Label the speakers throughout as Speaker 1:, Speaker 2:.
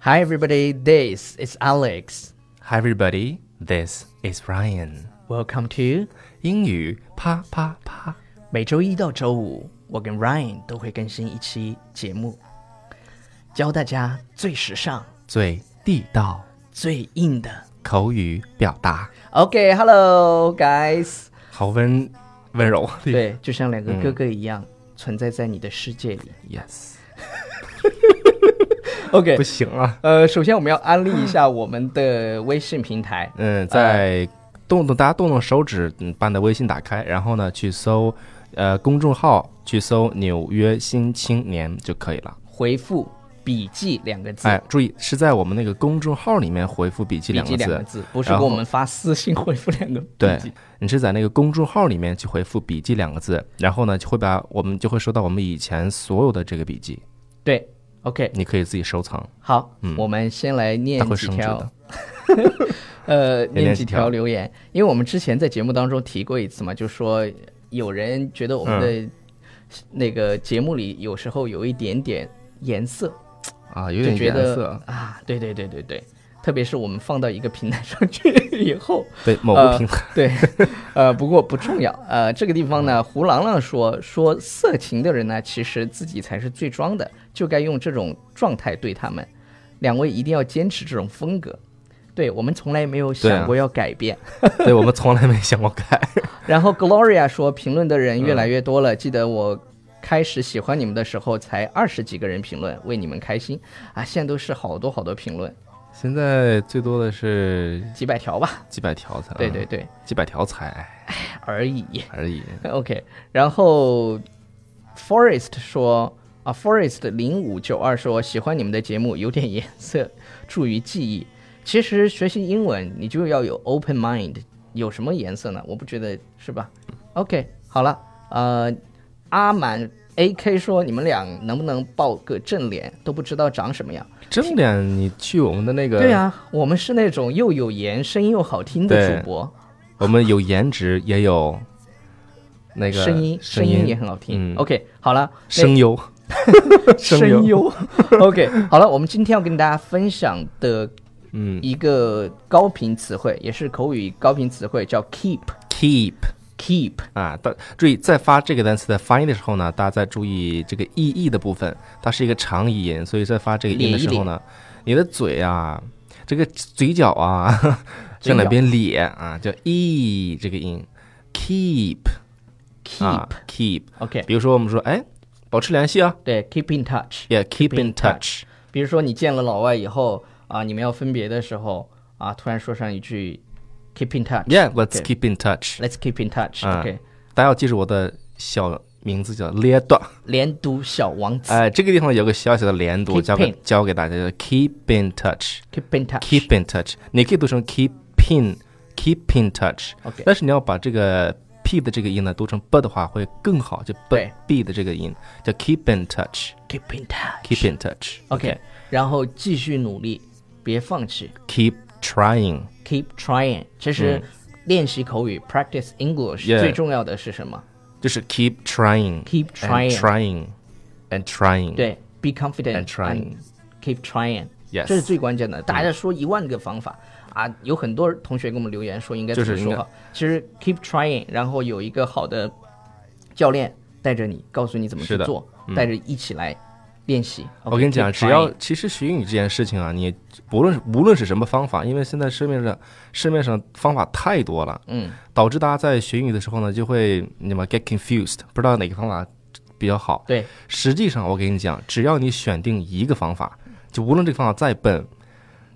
Speaker 1: Hi everybody, this is Alex.
Speaker 2: Hi everybody, this is Ryan。
Speaker 1: Welcome to
Speaker 2: 英语啪啪啪。
Speaker 1: 每周一到周五，我跟 Ryan 都会更新一期节目，教大家最时尚、
Speaker 2: 最地道
Speaker 1: 最硬的。
Speaker 2: 口语表达，
Speaker 1: OK，Hello、guys。
Speaker 2: 好温温柔。
Speaker 1: 对，就像两个哥哥一样，存在在你的世界里。
Speaker 2: ，yes，
Speaker 1: OK，
Speaker 2: 不行啊。
Speaker 1: 呃，首先我们要安利一下我们的微信平台。
Speaker 2: 嗯，在动动大家动动手指，嗯，把你的微信打开，然后呢去搜，呃，公众号去搜“纽约新青年”就可以了。
Speaker 1: 回复“笔记”两个字，
Speaker 2: 哎，注意是在我们那个公众号里面回复“笔记”
Speaker 1: 笔
Speaker 2: 两
Speaker 1: 记
Speaker 2: 个
Speaker 1: 两个
Speaker 2: 字。
Speaker 1: 字，不是
Speaker 2: 然
Speaker 1: 给
Speaker 2: 后
Speaker 1: 我们发私信回复两个
Speaker 2: 对
Speaker 1: 笔记。，
Speaker 2: 你是在那个公众号里面去回复“笔记”两个字，然后呢就会把我们就会收到我们以前所有的这个笔记，
Speaker 1: 对，OK，
Speaker 2: 你可以自己收藏，
Speaker 1: 好，
Speaker 2: 嗯
Speaker 1: 我们先来念
Speaker 2: 它会
Speaker 1: 几
Speaker 2: 升值
Speaker 1: 条
Speaker 2: 的。。
Speaker 1: 呃，
Speaker 2: 念
Speaker 1: 念
Speaker 2: 几
Speaker 1: 几
Speaker 2: 条
Speaker 1: 条留言，因为我们之前在节目当中提过一次嘛，就说有人觉得我
Speaker 2: 嗯
Speaker 1: 们的那个节目里有时候有一点点颜色，
Speaker 2: 啊，有
Speaker 1: 就
Speaker 2: 点
Speaker 1: 觉
Speaker 2: 颜
Speaker 1: 得
Speaker 2: 色。
Speaker 1: 啊，对对对对对，特别是我们放到一个平台上去以后，
Speaker 2: 对，某
Speaker 1: 呃
Speaker 2: 个平台、
Speaker 1: 对，呃，不过不重要。呃，这个地方呢，胡郎朗说说色情的人呢，其实自己才是最装的，就该用这种状态对他们。两位一定要坚持这种风格。对我们从来没有
Speaker 2: 对啊
Speaker 1: 想过要改变。
Speaker 2: 对我们从来没想过改。
Speaker 1: 然后 Gloria 说，评论的人越来
Speaker 2: 嗯
Speaker 1: 越多了。记得我开始喜欢你们的时候，才二十几个人评论，为你们开心啊！现在都是好多好多评论，
Speaker 2: 现在最多的是
Speaker 1: 几百条吧。
Speaker 2: 几百条才，啊
Speaker 1: 对对，对，
Speaker 2: 几百条才
Speaker 1: 而已。
Speaker 2: 而已。
Speaker 1: OK，然后 Forest 说啊，Forest 零五九二说喜欢你们的节目，有点颜色，助于记忆。其实学习英文你就要有 open mind，有什么颜色呢？我不觉得是吧？OK，好了，呃，阿满 AK 说你们俩能不能爆个正脸？都不知道长什么样。
Speaker 2: 正脸，你去我们的那个，
Speaker 1: 对，啊，我们是那种又有颜声音又好听的
Speaker 2: 对
Speaker 1: 主播，
Speaker 2: 我们有颜值，也有那个
Speaker 1: 声音
Speaker 2: 声
Speaker 1: 音也很好听。
Speaker 2: 嗯
Speaker 1: OK，好了，那
Speaker 2: 声优， 声优
Speaker 1: 声优。OK，好了，我们今天要跟大家分享的
Speaker 2: 嗯
Speaker 1: 一个高频词汇，也是口语高频词汇，叫 keep
Speaker 2: ，keep
Speaker 1: keep。
Speaker 2: 啊，大注意在发这个单词的发音的时候呢，大家在注意这个意译的部分，它是一个长疑音，所以在发这个音的时候呢，你的嘴啊，这个嘴角啊，
Speaker 1: 嘴角
Speaker 2: 向 两边咧啊，叫 e 这个音，keep
Speaker 1: keep、
Speaker 2: 啊 keep，
Speaker 1: OK，
Speaker 2: 比如说我们说哎，保持联系啊
Speaker 1: 对，keep in touch。
Speaker 2: ，yeah keep in
Speaker 1: in
Speaker 2: touch，
Speaker 1: 比如说你见了老外以后啊，你们要分别的时候啊，突然说上一句 keep in touch。
Speaker 2: yeah let's
Speaker 1: OK
Speaker 2: keep in touch，
Speaker 1: Let's keep in touch、
Speaker 2: 啊
Speaker 1: OK，
Speaker 2: 大家要记住我的小名字叫咧段。
Speaker 1: 连读小王子、
Speaker 2: 哎、这个地方有个小小的连读，
Speaker 1: Keep
Speaker 2: 教给
Speaker 1: in
Speaker 2: 教给大家叫 keep in touch。
Speaker 1: keep in touch。
Speaker 2: keep in touch，你可以读成 keep in keep in touch，
Speaker 1: OK，
Speaker 2: 但是你要把这个 p 的这个音呢读成 b 的话会更好，就 b
Speaker 1: 对
Speaker 2: b 的这个音叫 keep in touch，keep
Speaker 1: keep in touch。
Speaker 2: in touch。
Speaker 1: OK，然后继续努力，别放弃。
Speaker 2: keep trying。
Speaker 1: keep trying。其实练习口语、practice English
Speaker 2: 嗯 Yeah
Speaker 1: 最重要的是什么
Speaker 2: 就是 keep trying,
Speaker 1: ？keep
Speaker 2: and
Speaker 1: trying，
Speaker 2: trying, and trying。
Speaker 1: 对，be confident
Speaker 2: 嗯 And trying
Speaker 1: keep trying，
Speaker 2: Yes 嗯
Speaker 1: 这是最关键的。大家说一万个方法啊，有很多同学给我们留言说应该怎
Speaker 2: 就是
Speaker 1: 么说好。其实 keep trying，然后有一个好的教练带着你，告诉你怎么去
Speaker 2: 是的嗯
Speaker 1: 做，带着一起来练习。
Speaker 2: 我跟你讲，
Speaker 1: OK，keep
Speaker 2: 只要
Speaker 1: trying
Speaker 2: 其实学英语这件事情啊，你不论无论是什么方法，因为现在市面上市面上方法太多了，
Speaker 1: 嗯，
Speaker 2: 导致大家在学英语的时候呢，就会你们 get confused，不知道哪个方法比较好。
Speaker 1: 对
Speaker 2: 实际上，我跟你讲，只要你选定一个方法，就无论这个方法再笨，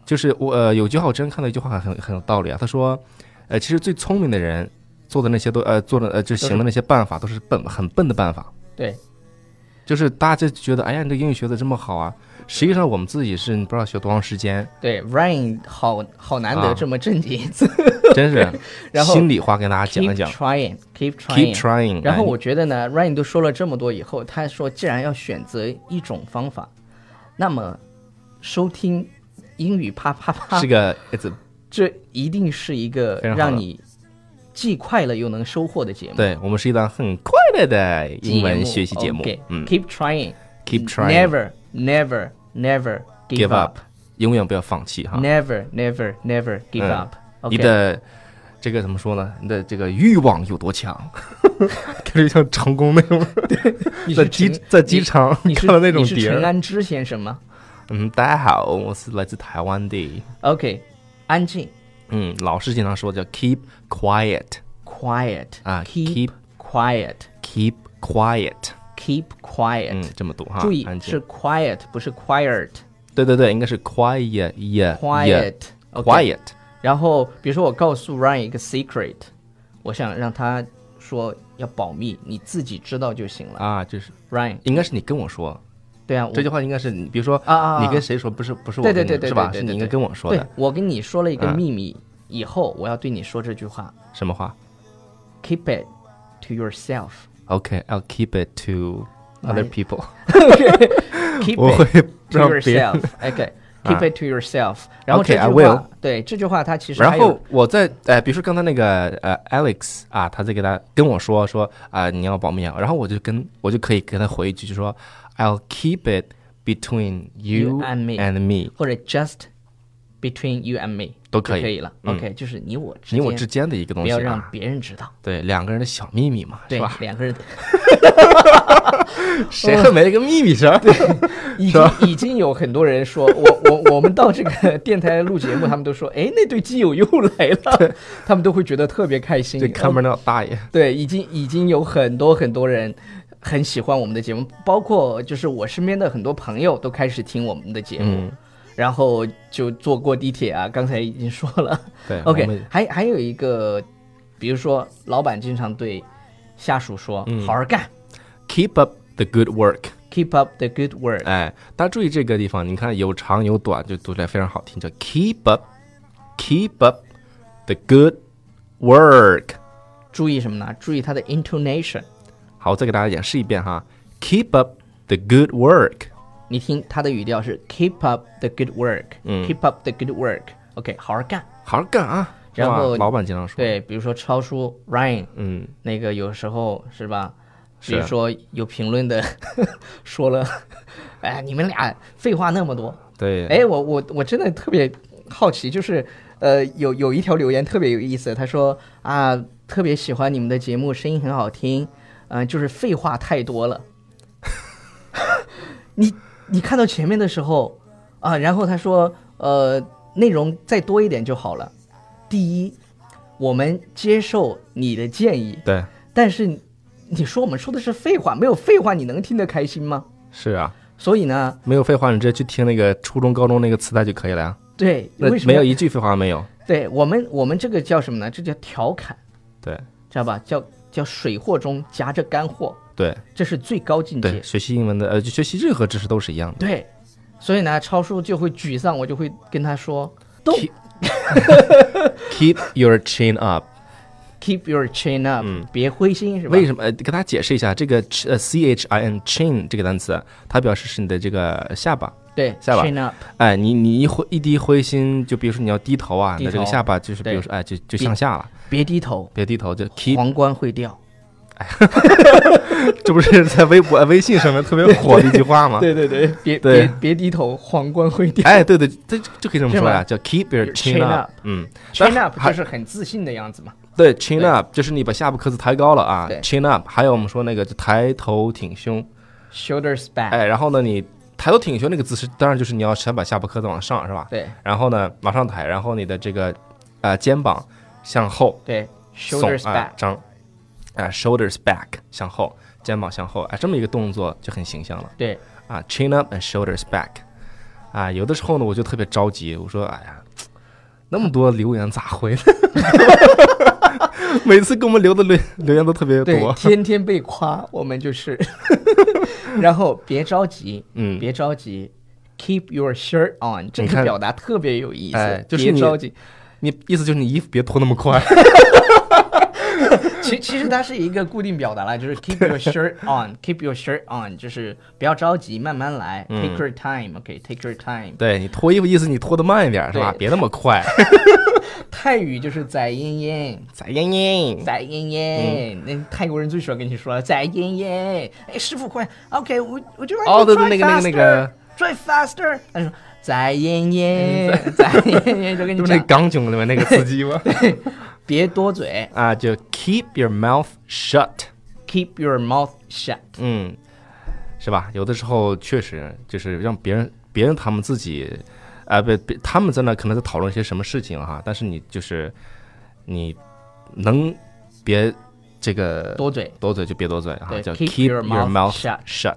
Speaker 2: 就是我呃有句话我之前看到一句话很很有道理啊，他说，呃，其实最聪明的人做的那些都呃做的呃就行的那些办法都是笨很笨的办法，
Speaker 1: 对
Speaker 2: 就是大家就觉得哎呀你这英语学的这么好啊，实际上我们自己是你不知道学多长时间，
Speaker 1: 对，Ryan 好好难得
Speaker 2: 啊
Speaker 1: 这么正经一次。
Speaker 2: 真是
Speaker 1: 然后
Speaker 2: 心里话跟大家讲一
Speaker 1: keep
Speaker 2: 讲
Speaker 1: trying，keep trying。
Speaker 2: ，keep trying，
Speaker 1: 然后
Speaker 2: 哎
Speaker 1: 我觉得呢，Ryan 都说了这么多以后，他说既然要选择一种方法，那么收听英语啪啪啪，
Speaker 2: 是个 it's a-
Speaker 1: 这一定是一个
Speaker 2: 非常好的
Speaker 1: 让你既快乐又能收获的节目。
Speaker 2: 对我们是一档很快乐的英文学习节目，嗯
Speaker 1: Keep trying，Keep
Speaker 2: ，keep trying。
Speaker 1: Never, never, never give
Speaker 2: give
Speaker 1: up.
Speaker 2: up. 永远不要放弃哈。
Speaker 1: Never, never, never give
Speaker 2: 嗯
Speaker 1: up.
Speaker 2: 你
Speaker 1: OK，
Speaker 2: 的这个怎么说呢？你的这个欲望有多强？ 感觉像成功那种，
Speaker 1: 你
Speaker 2: 在
Speaker 1: 是
Speaker 2: 机
Speaker 1: 陈
Speaker 2: 在机场
Speaker 1: 你是
Speaker 2: 看到那种
Speaker 1: 你是
Speaker 2: 碟
Speaker 1: 陈
Speaker 2: 儿。
Speaker 1: 安之先生吗
Speaker 2: 嗯，大家好，我是来自台湾的。
Speaker 1: ？OK，安静
Speaker 2: 嗯，老师经常说叫 keep quiet
Speaker 1: ，quiet
Speaker 2: 啊
Speaker 1: keep quiet，keep
Speaker 2: ，keep quiet。
Speaker 1: quiet。
Speaker 2: 嗯，这么读哈，
Speaker 1: 注意
Speaker 2: 安静
Speaker 1: 是 quiet，不是 quiet
Speaker 2: 对对对，应该是 quiet yeah
Speaker 1: quiet
Speaker 2: yeah
Speaker 1: OK
Speaker 2: quiet。
Speaker 1: 然后比如说我告诉 Ryan 一个 secret，我想让他说要保密，你自己知道就行了。
Speaker 2: 啊，就是
Speaker 1: Ryan，
Speaker 2: 应该是你跟我说
Speaker 1: 对啊，我
Speaker 2: 这句话，应该是你，比如说
Speaker 1: 啊啊啊
Speaker 2: 你跟谁说，不是不是我
Speaker 1: 对
Speaker 2: 跟你，
Speaker 1: 对对对
Speaker 2: 是吧？
Speaker 1: 对对
Speaker 2: 是你
Speaker 1: 对
Speaker 2: 应该跟我说
Speaker 1: 对
Speaker 2: 的，
Speaker 1: 我跟你说了一个
Speaker 2: 嗯
Speaker 1: 秘密，以后我要对你说这句话
Speaker 2: 什么话
Speaker 1: ，keep it to yourself。
Speaker 2: ？OK，I'll keep it to
Speaker 1: 哎
Speaker 2: other people，
Speaker 1: keep
Speaker 2: 我
Speaker 1: it
Speaker 2: 会
Speaker 1: to
Speaker 2: 让别人。
Speaker 1: yourself。OK。Keep it to yourself、然后
Speaker 2: OK，
Speaker 1: 这句
Speaker 2: I
Speaker 1: 话
Speaker 2: will
Speaker 1: 对这句话，它其实还
Speaker 2: 然
Speaker 1: 有
Speaker 2: 后我在呃，比如说刚才那个呃 Alex 啊，他在给他跟我说说啊、你要保密啊，然后我就跟我就可以跟他回一句，就说 I'll keep it between
Speaker 1: You
Speaker 2: you
Speaker 1: and me
Speaker 2: and me，
Speaker 1: 或者 just between you and me
Speaker 2: 都
Speaker 1: 就可
Speaker 2: 可以
Speaker 1: 了。
Speaker 2: 嗯
Speaker 1: OK，就是你我之
Speaker 2: 你
Speaker 1: 间，
Speaker 2: 我之间的一个东
Speaker 1: 不
Speaker 2: 西
Speaker 1: 要让
Speaker 2: 啊，
Speaker 1: 别人知道。
Speaker 2: 对，两个人的小秘密嘛，
Speaker 1: 对
Speaker 2: 是吧，？
Speaker 1: 两个 人
Speaker 2: 谁会没一个秘密是吧？ 对，
Speaker 1: 已
Speaker 2: 是
Speaker 1: 经已经有很多人说， 我我我们到这个电台录节目，他们都说， 哎，那对基友又来了，他们都会觉得特别开心。
Speaker 2: 这看
Speaker 1: 哦
Speaker 2: 门的大爷。
Speaker 1: 对，已经已经有很多很多人很喜欢我们的节目，包括就是我身边的很多朋友都开始听我们的节目，
Speaker 2: 嗯
Speaker 1: 然后就坐过地铁啊，刚才已经说了。
Speaker 2: 对我
Speaker 1: OK，
Speaker 2: 们
Speaker 1: 还还有一个，比如说老板经常对下属说，
Speaker 2: 嗯
Speaker 1: 好好干
Speaker 2: keep up the good work。
Speaker 1: ，keep up the good work。
Speaker 2: 哎，大家注意这个地方，你看有长有短，就读起来非常好听，叫 keep up，keep up the good work。
Speaker 1: 注意什么呢？注意它的 intonation。
Speaker 2: 好，我再给大家演示一遍哈，keep up the good work。
Speaker 1: 你听它的语调是 keep up the good work，keep、up the
Speaker 2: 嗯
Speaker 1: good work。OK，好好干。
Speaker 2: 好好干啊！是吧
Speaker 1: 然后
Speaker 2: 老板经常说，
Speaker 1: 对，比如说超叔 Ryan，
Speaker 2: 嗯，
Speaker 1: 那个有时候是吧？比
Speaker 2: 是啊
Speaker 1: 如说有评论的 说了，哎，你们俩废话那么多，
Speaker 2: 对，
Speaker 1: 哎，我我我真的特别好奇，就是呃，有有一条留言特别有意思，他说啊，特别喜欢你们的节目，声音很好听，嗯、就是废话太多了。 你你看到前面的时候啊，然后他说呃，内容再多一点就好了。第一，我们接受你的建议，
Speaker 2: 对，
Speaker 1: 但是你说我们说的是废话，没有废话你能听得开心吗？
Speaker 2: 是啊，
Speaker 1: 所以呢，
Speaker 2: 没有废话，你直接去听那个初中、高中那个磁带就可以了呀。
Speaker 1: 对，
Speaker 2: 那
Speaker 1: 为什么
Speaker 2: 没
Speaker 1: 要
Speaker 2: 有一句废话没有，
Speaker 1: 对我们，我们这个叫什么呢？这叫调侃，
Speaker 2: 对
Speaker 1: 知道吧？叫叫水货中夹着干货，
Speaker 2: 对
Speaker 1: 这是最高境
Speaker 2: 对，
Speaker 1: 界。
Speaker 2: 学习英文的呃，就学习任何知识都是一 样的。
Speaker 1: 对，所以呢，超叔就会沮丧，我就会跟他说，Don't
Speaker 2: Keep your chin up。
Speaker 1: keep your chin up，、别灰心，是吧？
Speaker 2: 嗯为什么？呃，给大家解释一下，这个 ch- 呃 c h i n chin 这个单词，啊它表示是你的这个下巴。
Speaker 1: 对
Speaker 2: 下巴
Speaker 1: ，chin up，
Speaker 2: 哎，你你一灰一低灰心，就比如说你要低头啊，
Speaker 1: 低
Speaker 2: 你的这个
Speaker 1: 头
Speaker 2: 下巴就是，比
Speaker 1: 对
Speaker 2: 如说哎，就就向下了，
Speaker 1: 别低头，
Speaker 2: 别低头，就 keep，
Speaker 1: 皇冠会掉。
Speaker 2: 这不是在微博、呃微信上面特别火的一句话吗？
Speaker 1: 对对，别
Speaker 2: 啊对
Speaker 1: 别别低头，皇冠会掉。
Speaker 2: 哎，对对，这就可以这么说
Speaker 1: 是
Speaker 2: 呀，
Speaker 1: 吧
Speaker 2: 叫 keep your
Speaker 1: Your
Speaker 2: chin
Speaker 1: chin
Speaker 2: up
Speaker 1: up。
Speaker 2: 嗯，但
Speaker 1: chin up
Speaker 2: 还
Speaker 1: 就是很自信的样子嘛。
Speaker 2: 对 chin
Speaker 1: 对
Speaker 2: up 就是你把下巴壳子抬高了啊
Speaker 1: 对
Speaker 2: ，chin up。还有我们说那个就抬头挺胸，
Speaker 1: Shoulders back，、
Speaker 2: 哎，然后呢，你抬头挺胸那个姿势，当然就是你要先把下巴壳子往上，是吧？
Speaker 1: 对
Speaker 2: 然后呢，往上抬，然后你的这个呃肩膀向后
Speaker 1: 对，shoulders
Speaker 2: 耸，哎
Speaker 1: back，、
Speaker 2: 张，哎，shoulders back 向后，肩膀向后，哎，这么一个动作就很形象了
Speaker 1: 对，
Speaker 2: 啊，chin up and shoulders back，啊，有的时候呢，我就特别着急，我说，哎呀，那么多留言咋回呢？ 每次给我们留的留留言都特别
Speaker 1: 对，
Speaker 2: 多，
Speaker 1: 天天被夸，我们 就是。然后别着急，
Speaker 2: 嗯
Speaker 1: 别着急，keep your shirt on，这
Speaker 2: 你看
Speaker 1: 个表达特别有意思，
Speaker 2: 哎就是
Speaker 1: 别
Speaker 2: 你
Speaker 1: 着急。
Speaker 2: 你意思就是你衣服别脱那么快，
Speaker 1: 其其实它是一个固定表达啦，就是 keep your shirt on，keep your shirt on，就是不要着急，慢慢来、t a k e your time，OK，take、your time。
Speaker 2: 嗯对你脱衣服意思你脱的慢一点是吧？
Speaker 1: 对
Speaker 2: 别那么快，
Speaker 1: 泰语就是宰燕燕，
Speaker 2: 咋样样？
Speaker 1: 宰燕燕，
Speaker 2: 嗯
Speaker 1: 那、泰国人最喜欢跟你说宰燕燕，哎，师傅快，OK，我我就
Speaker 2: 哦，对对，那个那个那个
Speaker 1: drive faster，他就说再演演，再演 演，就跟
Speaker 2: 嗯就
Speaker 1: 你
Speaker 2: 是那
Speaker 1: 讲，
Speaker 2: 港囧里面那个司机吗？
Speaker 1: 别多嘴
Speaker 2: 啊，就 keep your mouth shut，
Speaker 1: ，keep your mouth shut。
Speaker 2: 嗯，是吧？有的时候确实就是让别人别人他们自己，啊、不不，他们在那可能在讨论些什么事情哈、但是你就是你能别这个
Speaker 1: 多嘴
Speaker 2: 多嘴就别多嘴哈、
Speaker 1: 对
Speaker 2: 叫
Speaker 1: keep
Speaker 2: keep
Speaker 1: your
Speaker 2: your
Speaker 1: mouth
Speaker 2: mouth
Speaker 1: shut
Speaker 2: shut。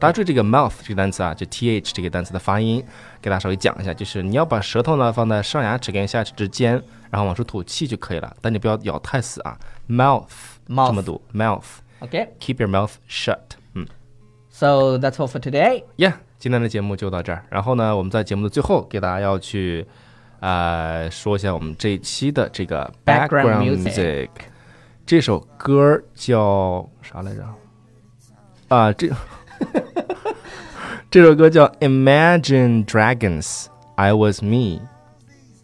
Speaker 2: 大家
Speaker 1: OK，
Speaker 2: 注意这个 mouth 这个单词啊，就 th 这个单词的发音，给大家稍微讲一下，就是你要把舌头呢放在上牙齿跟下齿之间，然后往出吐气就可以了，但你不要咬太死啊，mouth 这么
Speaker 1: mouth。
Speaker 2: 读 mouth，keep
Speaker 1: OK，so
Speaker 2: your mouth shut，嗯
Speaker 1: that's all for today。
Speaker 2: ，yeah，今天的节目就到这儿，然后呢，我们在节目的最后给大家要去，呃，说一下我们这一期的这个
Speaker 1: Background music
Speaker 2: music，这首歌叫啥来着？啊，这 这首歌叫 Imagine Dragons I Was Me，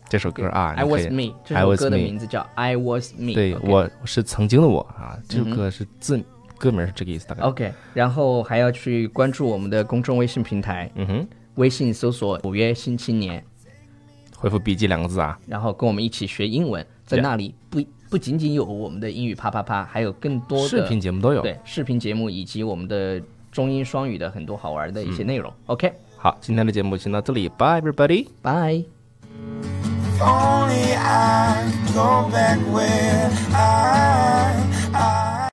Speaker 2: 这首歌啊
Speaker 1: I
Speaker 2: 你可
Speaker 1: was
Speaker 2: 以
Speaker 1: me，这
Speaker 2: I
Speaker 1: 首
Speaker 2: was
Speaker 1: 歌的
Speaker 2: me
Speaker 1: 名字叫 I was me。
Speaker 2: 对
Speaker 1: OK 嗯
Speaker 2: 我我是曾经的我啊，这首歌是字歌名是这个意思，大概
Speaker 1: OK，然后还要去关注我们的公众微信平台，
Speaker 2: 嗯哼，
Speaker 1: 微信搜索“五月新青年
Speaker 2: 回复笔记两个字啊”，。
Speaker 1: 然后跟我们一起学英文，在
Speaker 2: Yeah
Speaker 1: 那里不不仅仅有我们的英语啪啪啪，还有更多的
Speaker 2: 视频节目都有，
Speaker 1: 对视频节目以及我们的中英双语的很多好玩的一
Speaker 2: 嗯
Speaker 1: 些内容。OK，bye、
Speaker 2: 好，今天的节目先到这里，Bye everybody。
Speaker 3: If only I go back where I